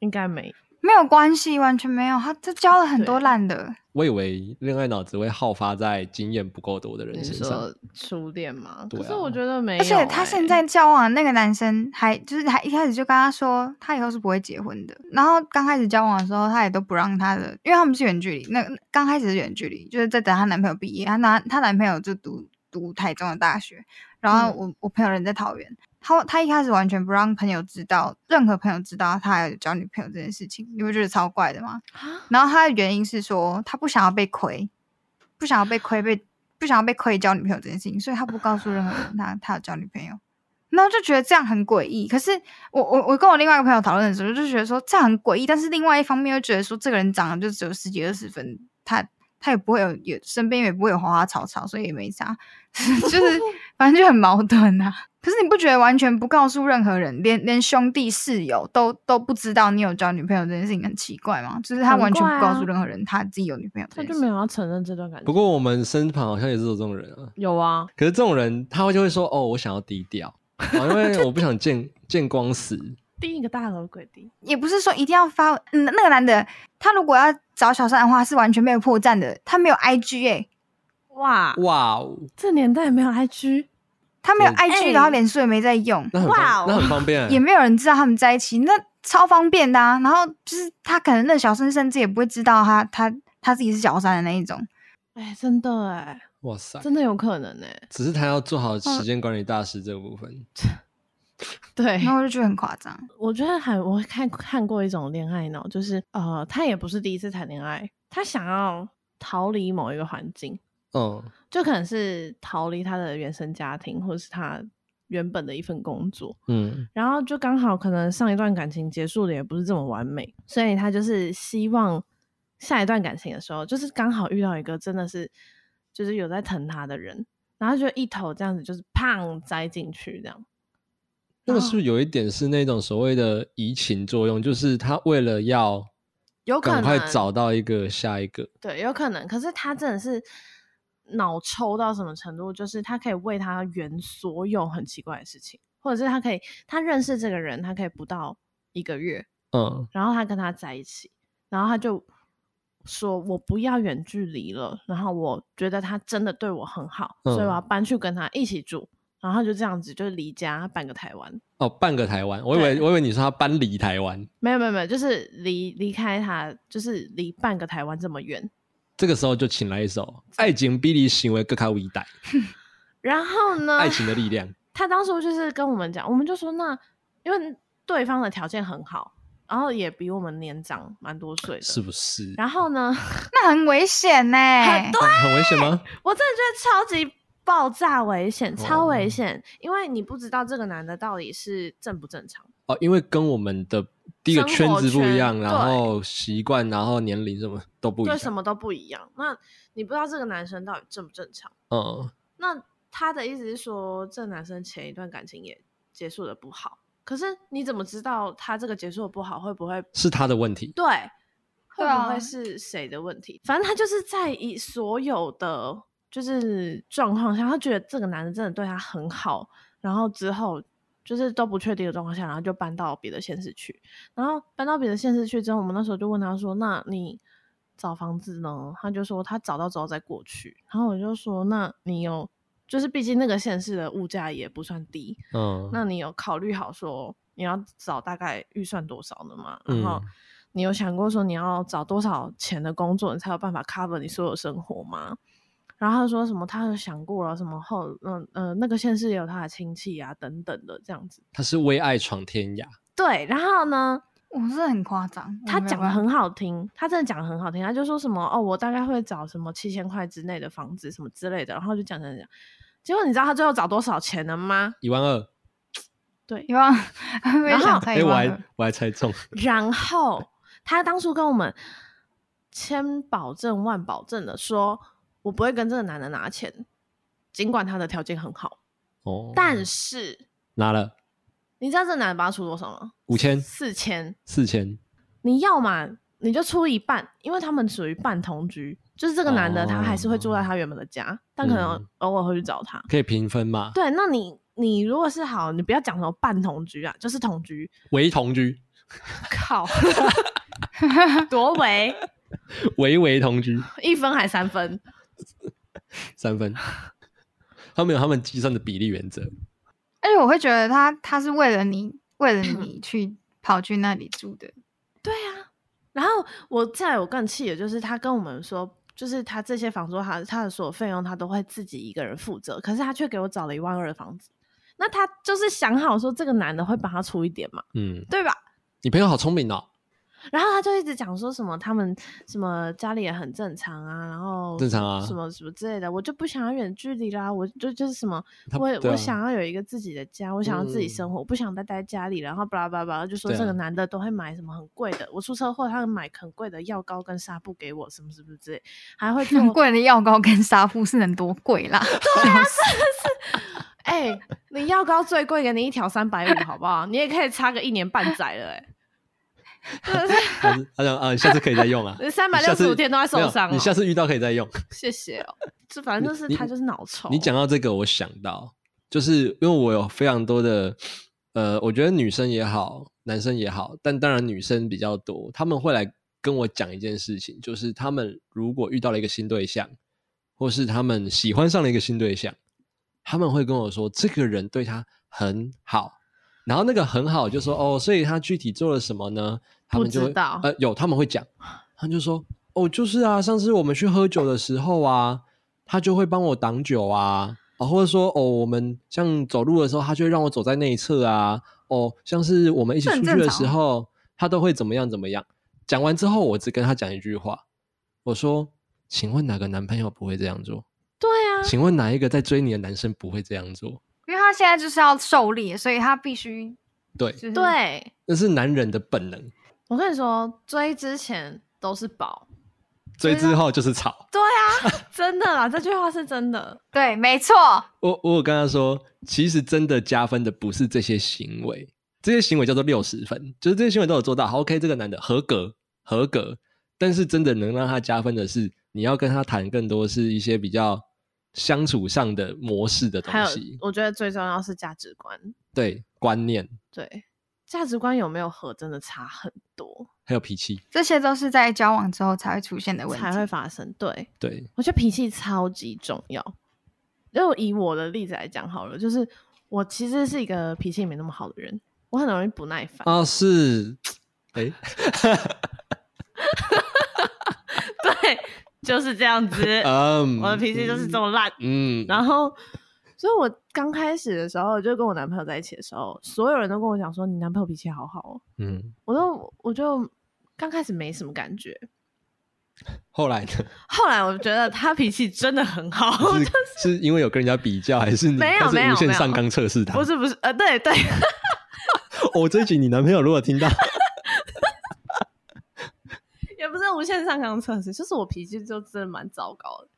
Speaker 2: 应该没
Speaker 3: 没有关系，完全没有。他这交了很多
Speaker 2: 对
Speaker 3: 烂的，
Speaker 1: 我以为恋爱脑只会好发在经验不够多的人
Speaker 2: 嗯你
Speaker 1: 身上。
Speaker 2: 说初恋吗？
Speaker 1: 对
Speaker 2: 可
Speaker 1: 啊
Speaker 2: 是我觉得没有
Speaker 3: 而
Speaker 2: 欸、
Speaker 3: 且他现在交往的那个男生还就是还一开始就跟他说他以后是不会结婚的，然后刚开始交往的时候他也都不让他的，因为他们是远距离，那刚开始是远距离，就是在等她男朋友毕业，她男她男朋友就读读台中的大学，然后
Speaker 2: 嗯
Speaker 3: 我、我朋友人在桃园。他他一开始完全不让朋友知道，任何朋友知道他还有交女朋友这件事情，你不觉得超怪的吗？
Speaker 2: 啊
Speaker 3: 然后他的原因是说，他不想要被亏，不想要被亏被不想要被亏交女朋友这件事情，所以他不告诉任何人他他有交女朋友。然后就觉得这样很诡异。可是我我我跟我另外一个朋友讨论的时候，就觉得说这样很诡异，但是另外一方面又觉得说这个人长得就只有十几二十分，他他也不会有有身边也不会有花花草草，所以也没啥， 就是反正就很矛盾啊。可是你不觉得完全不告诉任何人，连连兄弟室友都都不知道你有交女朋友这件事情很奇怪吗？就是他
Speaker 2: 很
Speaker 3: 完全
Speaker 2: 怪
Speaker 3: 不告
Speaker 2: 啊
Speaker 3: 诉任何人他自己有女朋友
Speaker 2: 他
Speaker 3: 这件事，
Speaker 2: 就没有要承认这段感情。
Speaker 1: 不过我们身旁好像也是有这种人啊。
Speaker 2: 有啊，
Speaker 1: 可是这种人他会就会说：“哦，我想要低调，啊、因为我不想见见光死。
Speaker 2: 第一个大头鬼弟，
Speaker 3: 也不是说一定要发文。嗯，那个男的他如果要找小三的话，是完全没有破绽的。他没有 IG 哎、
Speaker 2: 哇”，
Speaker 1: 哇哦，
Speaker 2: 这年代没有 IG，
Speaker 3: 他没有
Speaker 1: 嗯
Speaker 3: IG，、
Speaker 2: 哎
Speaker 3: 然后脸书也没在用，
Speaker 1: 那很
Speaker 2: 哇
Speaker 1: 方
Speaker 2: 哦
Speaker 1: 那很方便啊、
Speaker 3: 也没有人知道他们在一起，那超方便的啊。然后就是他可能那小三甚至也不会知道他他他自己是小三的那一种。
Speaker 2: 哎、真的哎、
Speaker 1: 哇塞，
Speaker 2: 真的有可能哎、
Speaker 1: 只是他要做好时间管理大师这部分。
Speaker 2: 对，
Speaker 3: 然后我就觉得很夸张，
Speaker 2: 我觉得还我看看过一种恋爱脑，就是呃，他也不是第一次谈恋爱，他想要逃离某一个环境，
Speaker 1: 嗯，
Speaker 2: 就可能是逃离他的原生家庭，或者是他原本的一份工作，
Speaker 1: 嗯，
Speaker 2: 然后就刚好可能上一段感情结束的也不是这么完美，所以他就是希望下一段感情的时候，就是刚好遇到一个真的是就是有在疼他的人，然后就一头这样子就是砰栽进去这样。
Speaker 1: 那个是不是有一点是那种所谓的移情作用，就是他为了要
Speaker 2: 有可
Speaker 1: 赶
Speaker 2: 能
Speaker 1: 快找到一个下一个，
Speaker 2: 对，有可能。可是他真的是脑抽到什么程度，就是他可以为他圆所有很奇怪的事情，或者是他可以他认识这个人，他可以不到一个月，
Speaker 1: 嗯，
Speaker 2: 然后他跟他在一起，然后他就说我不要远距离了，然后我觉得他真的对我很好，所以我要
Speaker 1: 嗯
Speaker 2: 搬去跟他一起住。然后他就这样子，就离家半个台湾，
Speaker 1: 哦，半个台湾，我以为
Speaker 2: 对
Speaker 1: 我以为你说他搬离台湾，
Speaker 2: 没有没有没有，就是离离开他，就是离半个台湾这么远，
Speaker 1: 这个时候就请来一首《爱情比你行为更靠伟大》，
Speaker 2: 然后呢？
Speaker 1: 爱情的力量。
Speaker 2: 他当初就是跟我们讲，我们就说那因为对方的条件很好，然后也比我们年长蛮多岁的，
Speaker 1: 是不是？哦
Speaker 2: 然后呢，
Speaker 3: 那很危险呢、
Speaker 2: 很多
Speaker 1: 很危险吗？
Speaker 2: 我真的觉得超级爆炸危险，超
Speaker 1: 哦
Speaker 2: 危险，因为你不知道这个男的到底是正不正常。
Speaker 1: 哦，因为跟我们的第一个
Speaker 2: 生
Speaker 1: 圈
Speaker 2: 活
Speaker 1: 子不一
Speaker 2: 圈
Speaker 1: 样，然
Speaker 2: 对
Speaker 1: 后习惯，然后年龄什么都不一
Speaker 2: 对
Speaker 1: 样。
Speaker 2: 什么都不一样。那你不知道这个男生到底正不正常？
Speaker 1: 嗯，
Speaker 2: 那他的意思是说，这男生前一段感情也结束的不好，可是你怎么知道他这个结束的不好会不会
Speaker 1: 是他的问题。
Speaker 2: 对？会
Speaker 3: 对
Speaker 2: 不会
Speaker 3: 啊
Speaker 2: 是谁的问题？反正他就是在以所有的就是状况下，他觉得这个男的真的对他很好，然后之后就是都不确定的状况下，然后就搬到别的县市去。然后搬到别的县市去之后，我们那时候就问他说：“那你找房子呢？”他就说他找到之后再过去。然后我就说：“那你有就是毕竟那个县市的物价也不算低，
Speaker 1: 嗯，
Speaker 2: 那你有考虑好说你要找大概预算多少的吗？
Speaker 1: 嗯
Speaker 2: 然后你有想过说你要找多少钱的工作，你才有办法 cover 你所有生活吗？然后他说什么，他有想过了什么后，嗯呃那个县市也有他的亲戚啊等等的这样子。
Speaker 1: 他是为爱闯天涯。
Speaker 2: 对，然后呢，
Speaker 3: 我是很夸张，我
Speaker 2: 他
Speaker 3: 没有
Speaker 2: 讲的
Speaker 3: 办法
Speaker 2: 很好听，他真的讲的很好听，他就说什么哦，我大概会找什么七千块之内的房子什么之类的，然后就讲讲讲，结果你知道他最后找多少钱了吗？
Speaker 1: 一万二，
Speaker 2: 对
Speaker 3: 一，万， 我 也
Speaker 2: 然后
Speaker 3: 想猜
Speaker 1: 哎，
Speaker 3: 一
Speaker 1: 我
Speaker 3: 万
Speaker 1: 还
Speaker 3: 二。
Speaker 1: 我还猜中，
Speaker 2: 然后他当初跟我们千保证万保证的说，我不会跟这个男的拿钱，尽管他的条件很好，
Speaker 1: 哦，
Speaker 2: 但是
Speaker 1: 拿了
Speaker 2: 你知道这个男的帮他出多少吗？
Speaker 1: 五千
Speaker 2: 四千。
Speaker 1: 四千，
Speaker 2: 你要嘛你就出一半，因为他们属于半同居，就是这个男的他还是会住在他原本的家，但可能
Speaker 1: 哦嗯
Speaker 2: 偶尔会去找他。
Speaker 1: 可以平分嘛？
Speaker 2: 对，那你你如果是好，你不要讲什么半同居啊，就是同居，
Speaker 1: 为同居，
Speaker 2: 靠，多为
Speaker 1: 为为同居，
Speaker 2: 一分还三分。
Speaker 1: 三分。他们有他们计算的比例原则，
Speaker 3: 而且我会觉得他他是为了你，为 了你去跑去那里住的。
Speaker 2: 对啊，然后我再来我更气的就是他跟我们说，就是他这些房租他他的所有费用他都会自己一个人负责，可是他却给我找了一万二的房子。那他就是想好说这个男的会帮他出一点嘛，
Speaker 1: 嗯，
Speaker 2: 对吧？
Speaker 1: 你朋友好聪明哦，
Speaker 2: 然后他就一直讲说什么他们什么家里也很正常啊，然后
Speaker 1: 正常啊
Speaker 2: 什么什么之类的，我就不想要远距离啦，我就就是什么
Speaker 1: 他
Speaker 2: 我
Speaker 1: 对啊嗯
Speaker 2: 我想要有一个自己的家，我想要自己生活，我不想再待在家里，然后巴拉巴拉巴拉，就说
Speaker 1: 对啊
Speaker 2: 这个男的都会买什么很贵的，我出车祸他会买很贵的药膏跟纱布给我，什么什么之类，还会 做
Speaker 3: 很贵的药膏跟纱布是能多贵啦？
Speaker 2: 哎、你药膏最贵，给你一条三百五，好不好？你也可以擦个一年半载了、
Speaker 1: 他是他想啊，你下次可以再 用啊，
Speaker 2: 哎，三
Speaker 1: 你
Speaker 2: 百
Speaker 1: 下
Speaker 2: 六
Speaker 1: 次
Speaker 2: 十五天都在
Speaker 1: 没
Speaker 2: 受
Speaker 1: 有
Speaker 2: 伤、哦
Speaker 1: 你下次遇到可以再用。
Speaker 2: 谢谢哦。这反正就是
Speaker 1: 你
Speaker 2: 他就是脑抽。
Speaker 1: 你讲到这个，我想到，就是因为我有非常多的，呃，我觉得女生也好，男生也好，但当然女生比较多，他们会来跟我讲一件事情，就是他们如果遇到了一个新对象，或是他们喜欢上了一个新对象，他们会跟我说这个人对他很好，然后那个很好就说哦，所以他具体做了什么呢？他们就
Speaker 2: 不
Speaker 1: 会
Speaker 2: 知道
Speaker 1: 呃有他们会讲，他们就说哦，就是啊，上次我们去喝酒的时候啊，他就会帮我挡酒啊，啊，或者说哦，我们像走路的时候，他就会让我走在内侧啊，哦，像是我们一起
Speaker 3: 这
Speaker 1: 出
Speaker 3: 很
Speaker 1: 去
Speaker 3: 正
Speaker 1: 的
Speaker 3: 常
Speaker 1: 时候，他都会怎么样怎么样。讲完之后，我只跟他讲一句话，我说：“请问哪个男朋友不会这样做？
Speaker 2: 对啊，
Speaker 1: 请问哪一个在追你的男生不会这样做
Speaker 3: 因为他现在就是要狩猎，所以他必须？”
Speaker 1: 对，
Speaker 3: 就是
Speaker 2: 对，
Speaker 1: 那是男人的本能，
Speaker 2: 我跟你说，追之前都是宝。
Speaker 1: 追之后就是草。
Speaker 2: 对啊， 真的啦，这句话是真的。
Speaker 3: 对，没错，
Speaker 1: 我我有跟他说，其实真的加分的不是这些行为，这些行为叫做六十分，就是这些行为都有做到。好 OK，这个男的合格，合格。但是真的能让他加分的是，你要跟他谈更多是一些比较相处上的模式的
Speaker 2: 还
Speaker 1: 东
Speaker 2: 有
Speaker 1: 西，，
Speaker 2: 我觉得最重要是价值观，
Speaker 1: 对观念
Speaker 2: 对，价值观有没有合，真的差很多，
Speaker 1: 还有脾气，
Speaker 3: 这些都是在交往之后才会出现的问
Speaker 2: 才会
Speaker 3: 题。
Speaker 2: 发生。对
Speaker 1: 对，
Speaker 2: 我觉得脾气超级重要。就以我的例子来讲好了，就是我其实是一个脾气没那么好的人，我很容易不耐烦。
Speaker 1: 啊、是，哎，
Speaker 2: 对，就是这样子，
Speaker 1: 嗯，
Speaker 2: 呃我的脾气就是这么烂。
Speaker 1: 嗯，
Speaker 2: 然后所以我刚开始的时候，就跟我男朋友在一起的时候，所有人都跟我讲说你男朋友脾气好好哦，
Speaker 1: 嗯，
Speaker 2: 我都我就刚开始没什么感觉，
Speaker 1: 后 来呢？
Speaker 2: 后来我觉得他脾气真的很好，
Speaker 1: 是是因为有跟人家比较，还是你
Speaker 2: 没有
Speaker 1: 开始
Speaker 2: 没有
Speaker 1: 无限
Speaker 2: 没有
Speaker 1: 上纲测试他？
Speaker 2: 不是不是，呃，对对，
Speaker 1: 我、这一集你男朋友如果听到，
Speaker 2: 也不是无限上纲测试，就是我脾气就真的蛮糟糕的。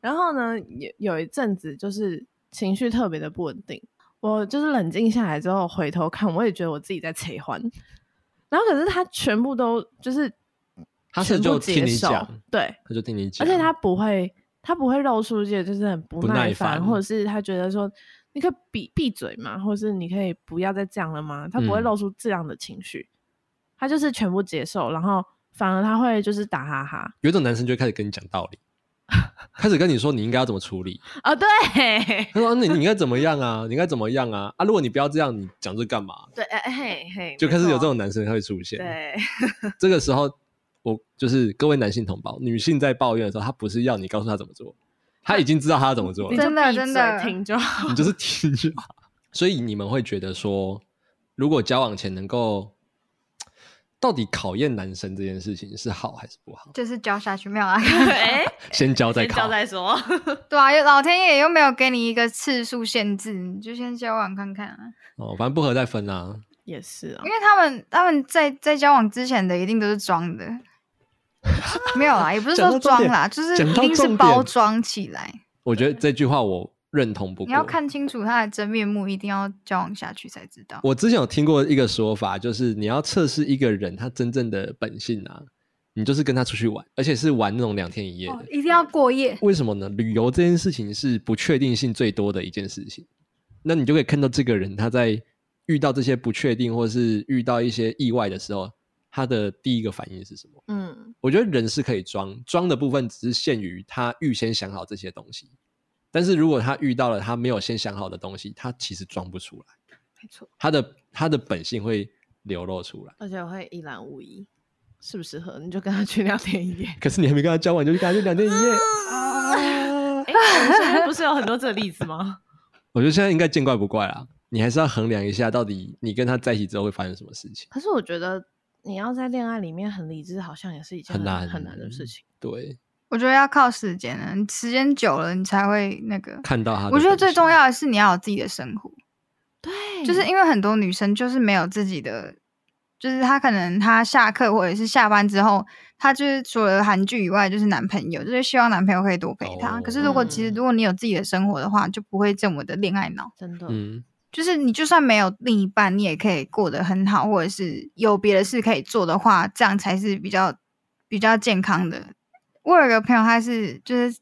Speaker 2: 然后呢，有有一阵子就是情绪特别的不稳定，我就是冷静下来之后回头看，我也觉得我自己在扯欢。然后可是他全部都就是，
Speaker 1: 他是
Speaker 2: 全部
Speaker 1: 就听
Speaker 2: 接
Speaker 1: 你
Speaker 2: 受
Speaker 1: 讲，
Speaker 2: 对，
Speaker 1: 他就听你讲，
Speaker 2: 而且他不会，他不会露出一些就是很不
Speaker 1: 不耐
Speaker 2: 耐烦，
Speaker 1: 烦
Speaker 2: 或者是他觉得说你可以闭闭嘴嘛，或者是你可以不要再这样了吗？他不会
Speaker 1: 嗯
Speaker 2: 露出这样的情绪，他就是全部接受，然后反而他会就是打哈哈
Speaker 1: 有一种男生就会开始跟你讲道 理，开始跟你说你应该要怎么处理。
Speaker 2: 啊、对
Speaker 1: 他说：“ 你你应该怎么样啊？你应该怎么样啊？啊，如果你不要这样，你讲这干嘛
Speaker 2: 对，哎嘿嘿，？”
Speaker 1: 就
Speaker 2: 没
Speaker 1: 开始有
Speaker 2: 错
Speaker 1: 这种男生会出现。
Speaker 2: 对
Speaker 1: 这个时候，我就是各位男性同胞，女性在抱怨的时候，她不是要你告诉她怎么做，她已经知道她要怎么做
Speaker 2: 你
Speaker 1: 了，
Speaker 2: 就
Speaker 3: 真的
Speaker 2: 闭
Speaker 3: 真
Speaker 2: 嘴
Speaker 3: 的
Speaker 2: 听就好。
Speaker 1: 你就是听就好。所以你们会觉得说，如果交往前能够，到底考验男生这件事情是好还是不好？
Speaker 3: 就是交下去没有啊？
Speaker 2: 哎，
Speaker 1: 先交再
Speaker 2: 呃先
Speaker 1: 考
Speaker 2: 交，再说。
Speaker 3: 对啊，老天爷又没有给你一个次数限制，你就先交往看看啊。
Speaker 1: 哦，反正不合再分啊。
Speaker 2: 也是啊
Speaker 3: 因，为他们他们在在交往之前的一定都是装的，没有啦，也不是
Speaker 1: 讲到重
Speaker 3: 说装
Speaker 1: 点
Speaker 3: 啦，就是
Speaker 1: 讲
Speaker 3: 一
Speaker 1: 到
Speaker 3: 定是
Speaker 1: 重
Speaker 3: 包
Speaker 1: 点
Speaker 3: 装起来。
Speaker 1: 我觉得这句话我认同不过。
Speaker 3: 你要看清楚他的真面目，一定要交往下去才知道。
Speaker 1: 我之前有听过一个说法，就是你要测试一个人他真正的本性啊，你就是跟他出去玩，而且是玩那种两天一夜的。
Speaker 3: 哦一定要过夜，
Speaker 1: 为什么呢？旅游这件事情是不确定性最多的一件事情，那你就可以看到这个人他在遇到这些不确定或是遇到一些意外的时候，他的第一个反应是什么？
Speaker 2: 嗯，
Speaker 1: 我觉得人是可以装，装的部分只是限于他预先想好这些东西，但是如果他遇到了他没有先想好的东西，他其实装不出来。
Speaker 2: 没错，
Speaker 1: 他的他的本性会流露出来。
Speaker 2: 而且我会一览无遗，适不适合你就跟他去聊天一夜。
Speaker 1: 可是你还没跟他交往，你就去跟他去两天一夜。啊
Speaker 2: 哎，我们身边不是有很多这个例子吗？
Speaker 1: 我觉得现在应该见怪不怪啦，你还是要衡量一下，到底你跟他在一起之后会发生什么事情。
Speaker 2: 可是我觉得你要在恋爱里面很理智，好像也是一件
Speaker 1: 很难嗯
Speaker 2: 很难的事情。
Speaker 1: 对，
Speaker 3: 我觉得要靠时间啊，你时间久了你才会那个。
Speaker 1: 看到他的本性，
Speaker 3: 我觉得最重要的是你要有自己的生活，
Speaker 2: 对
Speaker 3: 就是因为很多女生就是没有自己的，就是她可能她下课或者是下班之后，她就是除了韩剧以外就是男朋友，就是希望男朋友可以多陪她。
Speaker 1: 哦
Speaker 3: 可是如果其实
Speaker 2: 嗯
Speaker 3: 如果你有自己的生活的话，就不会这么的恋爱脑。
Speaker 2: 真的，
Speaker 1: 嗯，
Speaker 3: 就是你就算没有另一半，你也可以过得很好，或者是有别的事可以做的话，这样才是比较比较健康的。我有一个朋友，他是就是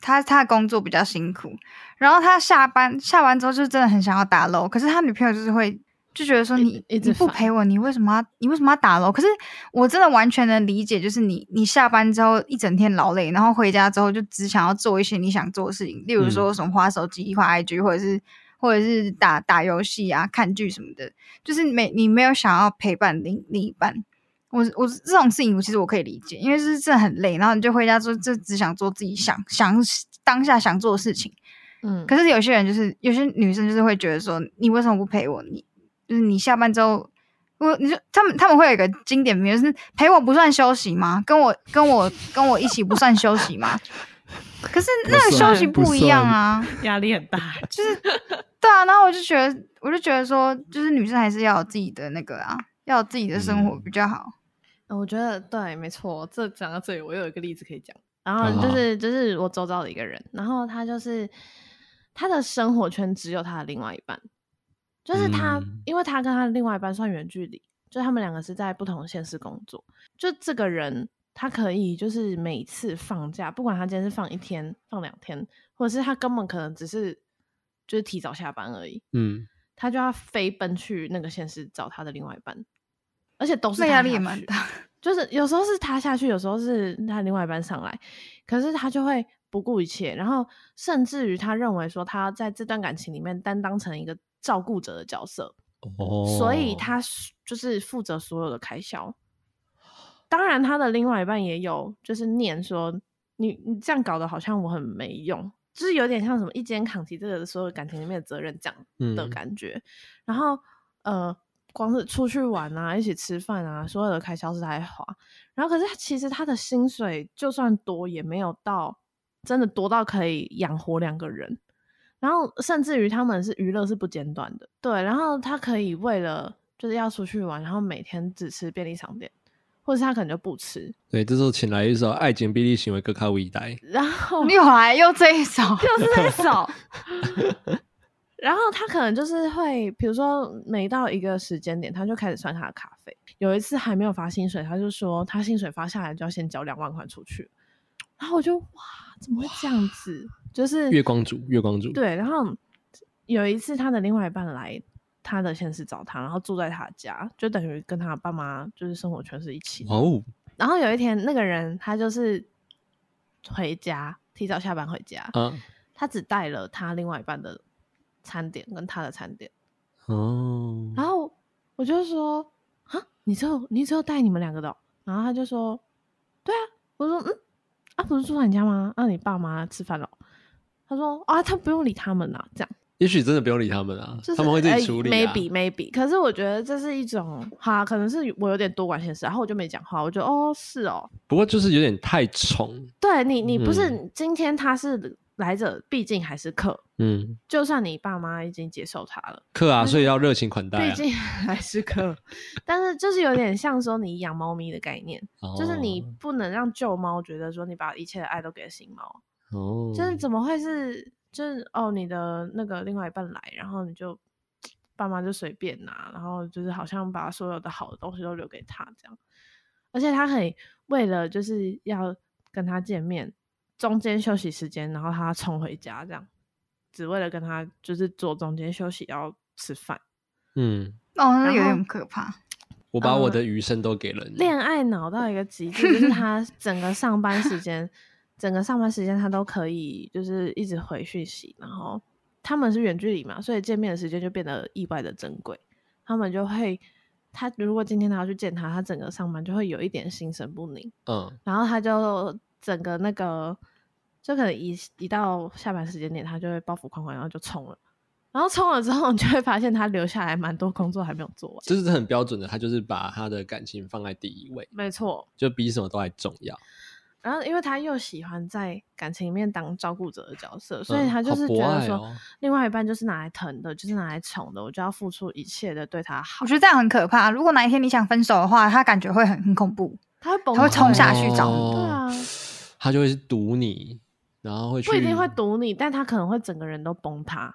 Speaker 3: 他他的工作比较辛苦，然后他下班下班之后就真的很想要打楼，可是他女朋友就是会。就觉得说
Speaker 2: 一
Speaker 3: 你
Speaker 2: 一
Speaker 3: 你
Speaker 2: 直
Speaker 3: 不
Speaker 2: 烦
Speaker 3: 陪我，你为什么要你为什么要打楼？可是我真的完全能理解，就是你你下班之后一整天劳累，然后回家之后就只想要做一些你想做的事情，例如说
Speaker 1: 嗯
Speaker 3: 什么滑手机、滑 IG，或者是或者是打打游戏啊、看剧什么的，就是没你没有想要陪伴另另一半。我我这种事情，我其实我可以理解，因为就是真的很累，然后你就回家之后就只想做自己想想当下想做的事情。
Speaker 2: 嗯，
Speaker 3: 可是有些人就是有些女生就是会觉得说，你为什么不陪我？你就是你下班之后，我你说他们他们会有一个经典名言，就是陪我不算休息吗？跟我跟我跟我一起不算休息 吗？可是那个
Speaker 1: 不
Speaker 3: 休
Speaker 1: 算
Speaker 3: 息
Speaker 1: 不
Speaker 3: 不一样
Speaker 1: 算
Speaker 3: 啊，
Speaker 2: 压力很大，
Speaker 3: 对啊。然后我就觉得，我就觉得说，就是女生还是要有自己的那个啊，要有自己的生活
Speaker 1: 嗯
Speaker 3: 比较好。
Speaker 2: 我觉得对，没错。这讲到这里，我有一个例子可以讲。然后
Speaker 1: 好
Speaker 2: 就
Speaker 1: 好
Speaker 2: 是就是我周遭的一个人，然后他就是他的生活圈只有他的另外一半，就是他，
Speaker 1: 嗯
Speaker 2: 因为他跟他的另外一半算远距离，就他们两个是在不同县市工作。就这个人，他可以就是每次放假，不管他今天是放一天、放两天，或者是他根本可能只是就是提早下班而已，
Speaker 1: 嗯，
Speaker 2: 他就要飞奔去那个县市找他的另外一半，而且都是
Speaker 3: 那
Speaker 2: 他
Speaker 3: 压力
Speaker 2: 下
Speaker 3: 也蛮
Speaker 2: 去
Speaker 3: 大。
Speaker 2: 就是有时候是他下去，有时候是他另外一半上来，可是他就会不顾一切，然后甚至于他认为说他在这段感情里面担当成一个照顾者的角色，
Speaker 1: 哦，
Speaker 2: 所以他是就是负责所有的开销。当然，他的另外一半也有就是念说你你这样搞得好像我很没用就是有点像什么一肩扛起这个所有感情里面的责任这样
Speaker 1: 嗯
Speaker 2: 的感觉。然后呃，光是出去玩啊，一起吃饭啊，所有的开销是他在花。然后可是其实他的薪水就算多，也没有到真的多到可以养活两个人。然后甚至于他们是娱乐是不间断的，对。然后他可以为了就是要出去玩，然后每天只吃便利商店，或者是他可能就不吃。
Speaker 1: 对，这时候请来一首《爱情比例行为更靠一代》，
Speaker 2: 然后
Speaker 3: 又来又这 一首，
Speaker 2: 嗯就是这首。然后他可能就是会，比如说每到一个时间点，他就开始算他的卡费。有一次还没有发薪水，他就说他薪水发下来就要先交两万块出去。然后我就哇，怎么会这样子？就是
Speaker 1: 月光族，月光族，
Speaker 2: 对，然后有一次他的另外一半来他的县市找他，然后住在他家，就等于跟他爸妈就是生活圈是一起的。
Speaker 1: 哦，
Speaker 2: 然后有一天那个人他就是回家，提早下班回家，
Speaker 1: 啊，
Speaker 2: 他只带了他另外一半的餐点跟他的餐点，
Speaker 1: 哦，
Speaker 2: 然后我就说啊，你只有你只有带你们两个的哦、然后他就说，对啊，我就说嗯，啊不是住在你家吗？啊你爸妈吃饭了哦、他说啊他不用理他们啦、这样
Speaker 1: 也许真的不用理他们啊，
Speaker 2: 就是
Speaker 1: 他们会自
Speaker 2: 呃
Speaker 1: 己处理、啊。
Speaker 2: maybe maybe，可是我觉得这是一种哈，可能是我有点多管闲事，然后我就没讲话，我就哦是哦，
Speaker 1: 不过就是有点太宠，
Speaker 2: 对你你不是、
Speaker 1: 嗯
Speaker 2: 今天他是来者，毕竟还是客，
Speaker 1: 嗯，
Speaker 2: 就算你爸妈已经接受他了。
Speaker 1: 客啊，所以要热情款待、
Speaker 2: 毕
Speaker 1: 啊。
Speaker 2: 竟还嗯是客， 但是就是有点像说你养猫咪的概念，
Speaker 1: 哦
Speaker 2: 就是你不能让旧猫觉得说你把一切的爱都给了新猫，
Speaker 1: 哦，
Speaker 2: 就是怎么会是就是哦你的那个另外一半来，然后你就爸妈就随便拿，然后就是好像把所有的好的东西都留给他这样，而且他可以为了就是要跟他见面，中间休息时间，然后他冲回家这样，只为了跟他就是做中间休息要吃饭。
Speaker 1: 嗯，
Speaker 3: 哦，那有
Speaker 2: 然后
Speaker 3: 点可怕。
Speaker 1: 我把
Speaker 2: 嗯
Speaker 1: 我的余生都给了你。
Speaker 2: 恋爱脑到一个极致，就是 他整个上班时间，整个上班时间他都可以就是一直回讯息，然后他们是远距离嘛，所以见面的时间就变得意外的珍贵。他们就会，他如果今天他要去见他，他整个上班就会有一点心神不宁，
Speaker 1: 嗯，
Speaker 2: 然后他就整个那个，就可能一一到下班时间点，他就会包袱款款，然后就冲了。然后冲了之后，你就会发现他留下来蛮多工作还没有做完。
Speaker 1: 这是很标准的，他就是把他的感情放在第一位，
Speaker 2: 没错，
Speaker 1: 就比什么都还重要。嗯
Speaker 2: 然后，因为他又喜欢在感情里面当照顾者的角色，所以
Speaker 1: 嗯
Speaker 2: 他就
Speaker 1: 好
Speaker 2: 是
Speaker 1: 博
Speaker 2: 觉得
Speaker 1: 爱
Speaker 2: 说，
Speaker 1: 哦
Speaker 2: 另外一半就是拿来疼的，就是拿来宠的，我就要付出一切的对他好
Speaker 3: 我，觉得这样很可怕。如果哪一天你想分手的话，他感觉会很很恐怖。
Speaker 2: 他会崩
Speaker 3: 他会
Speaker 2: 溃
Speaker 3: 冲下去找你
Speaker 1: 哦
Speaker 2: 对啊，
Speaker 1: 他就会去堵你，然后会去
Speaker 2: 不一定会，堵你，但他可能会整个人都崩塌，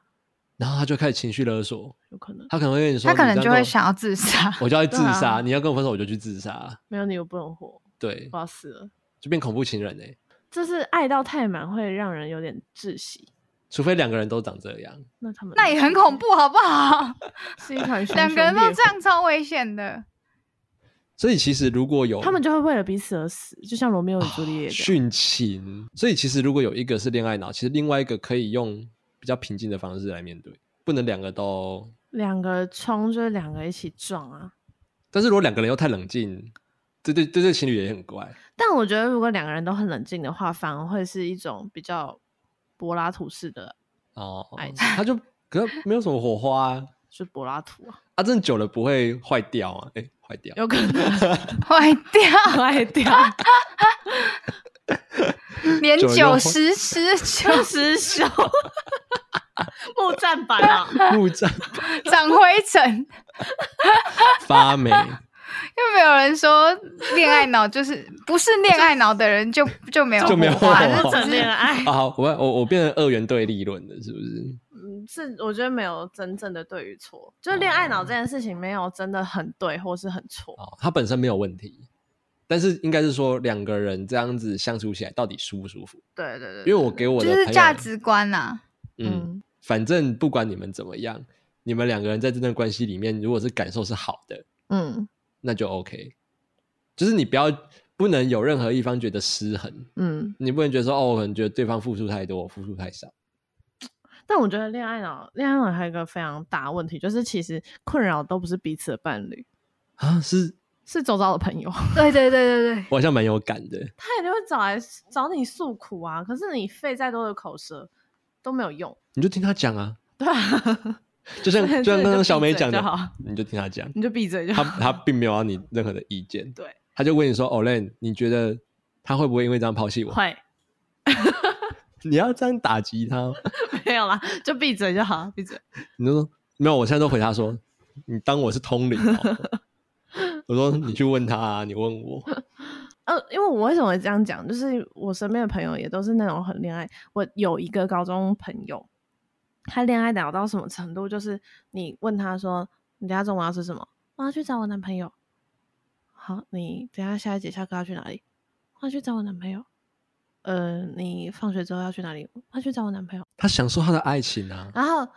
Speaker 1: 然后他就开始情绪勒索，
Speaker 2: 有可能
Speaker 1: 他可能会跟你说，
Speaker 3: 他可能
Speaker 1: 你这
Speaker 3: 就
Speaker 1: 样跟
Speaker 3: 会
Speaker 1: 我
Speaker 3: 想要自杀。
Speaker 1: 我就要去自
Speaker 2: 对
Speaker 1: 杀，
Speaker 2: 啊
Speaker 1: 你要跟我分手，我就去自杀，
Speaker 2: 没有你我不能活，
Speaker 1: 对
Speaker 2: 我，要死了。
Speaker 1: 就变恐怖情人哎、
Speaker 2: 这是爱到太满会让人有点窒息。
Speaker 1: 除非两个人都长这样，
Speaker 2: 那他们
Speaker 3: 那也很 恐，怖，好不好？
Speaker 2: 是一团熊
Speaker 3: 两个人
Speaker 2: 熊
Speaker 3: 都
Speaker 2: 烈
Speaker 3: 这样超危险的。
Speaker 1: 所以其实如果有啊
Speaker 2: 火，他们就会为了彼此而死，就像罗密欧与朱丽叶这样。
Speaker 1: 殉情，所以其实如果有一个是恋爱脑，其实另外一个可以用比较平静的方式来面对，不能两个都。
Speaker 2: 两个冲就是两个一起撞啊。
Speaker 1: 但是如果两个人又太冷静，这对这对情侣也很怪。
Speaker 2: 但我觉得，如果两个人都很冷静的话，反而会是一种比较柏拉图式的，
Speaker 1: 哦
Speaker 2: 哎，
Speaker 1: 他就可能没有什么火花啊，
Speaker 2: 就柏拉图啊，
Speaker 1: 啊，真的久了不会坏掉啊，哎、坏掉，
Speaker 2: 有可能
Speaker 3: 坏掉，
Speaker 2: 坏掉，
Speaker 3: 连
Speaker 1: 酒肉
Speaker 3: 九
Speaker 1: 会
Speaker 3: 十十九
Speaker 2: 就失效， 木栈板啊，
Speaker 1: 木栅
Speaker 3: 长灰尘。
Speaker 1: 发霉，
Speaker 3: 又没有人说恋爱脑就是不是恋爱脑的人就就没有
Speaker 1: 就没有
Speaker 3: 火花
Speaker 1: 火
Speaker 3: 这
Speaker 1: 花
Speaker 3: 只
Speaker 2: 整恋
Speaker 3: 是
Speaker 2: 爱，
Speaker 1: 啊，好我我我变成二元对立论了，是不是？
Speaker 2: 嗯，是我觉得没有真正的对与错，就是恋爱脑这件事情没有真的很对或是很错，
Speaker 1: 哦，它本身没有问题，但是应该是说两个人这样子相处起来到底舒不舒服？
Speaker 2: 对对对
Speaker 1: 因为我给我的
Speaker 3: 就
Speaker 1: 朋友
Speaker 3: 是价值观呐、
Speaker 1: 嗯，反正不管你们怎么样，你们两个人在这段关系里面，如果是感受是好的，
Speaker 2: 嗯
Speaker 1: 那就 OK。就是你不要不能有任何一方觉得失衡，
Speaker 2: 嗯，
Speaker 1: 你不能觉得说哦，我可能觉得对方付出太多，我付出太少。
Speaker 2: 但我觉得恋爱脑，恋爱脑还有一个非常大的问题，就是其实困扰都不是彼此的伴侣，
Speaker 1: 啊，是
Speaker 2: 是周遭的朋友，
Speaker 3: 对对对对对，
Speaker 1: 我好像蛮有感的，
Speaker 2: 他也就会找来找你诉苦啊。可是你费再多的口舌，都没有用，
Speaker 1: 你就听他讲啊，
Speaker 2: 对吧、
Speaker 1: 就像
Speaker 2: 所以
Speaker 1: 就像刚刚小美
Speaker 2: 你就闭
Speaker 1: 讲
Speaker 2: 嘴
Speaker 1: 的
Speaker 2: 就好，
Speaker 1: 你就听他 讲，
Speaker 2: 你就闭嘴就
Speaker 1: 他
Speaker 2: 好。
Speaker 1: 他并没有要你任何的意见，
Speaker 2: 对，
Speaker 1: 他就问你说 o l e n 你觉得他会不会因为这样抛弃我？
Speaker 2: 会
Speaker 1: 你要这样打击他哦，
Speaker 2: 没有啦，就闭嘴就好，闭嘴。
Speaker 1: 你就说没有，我现在都回他说，你当我是通灵、哦。我说你去问他、啊，你问我，
Speaker 2: 呃，因为我为什么会这样讲，就是我身边的朋友也都是那种很恋爱。我有一个高中朋友，他恋爱聊到什么程度，就是你问他说：“你等下中午要吃什么？”我要去找我男朋友。好，你等下下一节下课要去哪里？我要去找我男朋友。呃，你放学之后要去哪里？我要去找我男朋友。
Speaker 1: 他享受他的爱情啊，
Speaker 2: 然后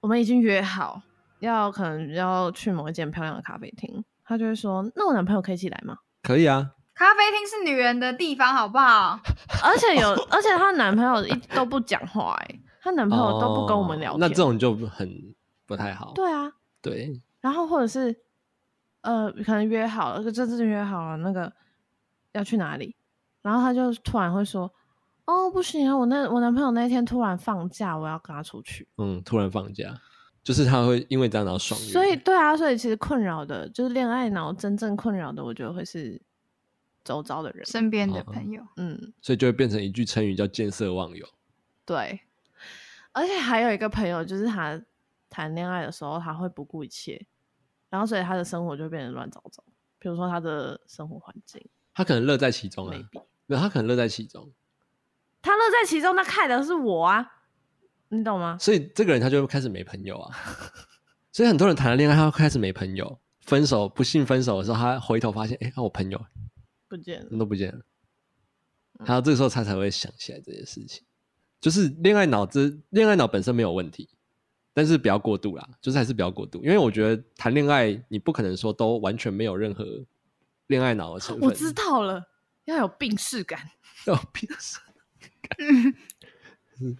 Speaker 2: 我们已经约好要可能要去某一间漂亮的咖啡厅，他就会说：“那我男朋友可以一起来吗？”
Speaker 1: 可以啊，
Speaker 3: 咖啡厅是女人的地方，好不好？
Speaker 2: 而且 有，而且她男朋友一都不讲话、欸，她男朋友都不跟我们
Speaker 1: 哦
Speaker 2: 聊天。
Speaker 1: 那这种就很不太好。
Speaker 2: 对啊，
Speaker 1: 对，
Speaker 2: 然后或者是呃，可能约好了，这次约好了那个要去哪里，然后他就突然会说：“哦，不行啊，我那我男朋友那天突然放假，我要跟他出去。
Speaker 1: 嗯，突然放假，就是他会因为这样然后”爽约。
Speaker 2: 所以对啊，所以其实困扰的就是恋爱脑，真正困扰的，我觉得会是周遭的人。
Speaker 3: 身边的朋友，
Speaker 2: 嗯，
Speaker 1: 所以就会变成一句成语叫见色忘友。
Speaker 2: 对，而且还有一个朋友，就是他谈恋爱的时候，他会不顾一切，然后所以他的生活就变得乱糟糟。比如说他的生活环境
Speaker 1: 他可能乐在其中啊，
Speaker 2: ，maybe
Speaker 1: 没有，他可能乐在其中，
Speaker 2: 他乐在其中，那看的是我啊，你懂吗？
Speaker 1: 所以这个人他就会开始没朋友啊。所以很多人谈了恋爱，他会开始没朋友，分手不幸分手的时候，他回头发现，哎、啊我朋友
Speaker 2: 不见了，
Speaker 1: 人都不见了，
Speaker 2: 嗯
Speaker 1: 然后这个时候他才会想起来这些事情。就是恋爱脑子，恋爱脑本身没有问题，但是不要过度啦，就是还是不要过度，因为我觉得谈恋爱你不可能说都完全没有任何恋爱脑的成分。
Speaker 2: 我 知道了，要有病视感。
Speaker 1: 要变身。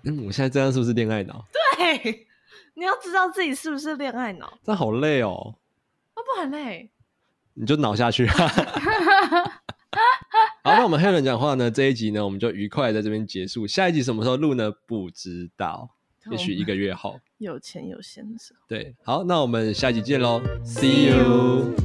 Speaker 1: 嗯，我现在这样是不是恋爱脑？
Speaker 2: 对，你要知道自己是不是恋爱脑，
Speaker 1: 这样好累哦，
Speaker 2: 哦，不很累。
Speaker 1: 你就脑下去。 好，那我们黑人讲话呢？这一集呢，我们就愉快地在这边结束。下一集什么时候录呢？不知道，也许一个月后。
Speaker 2: 有钱有闲的时候。
Speaker 1: 对，好，那我们下一集见喽，See you。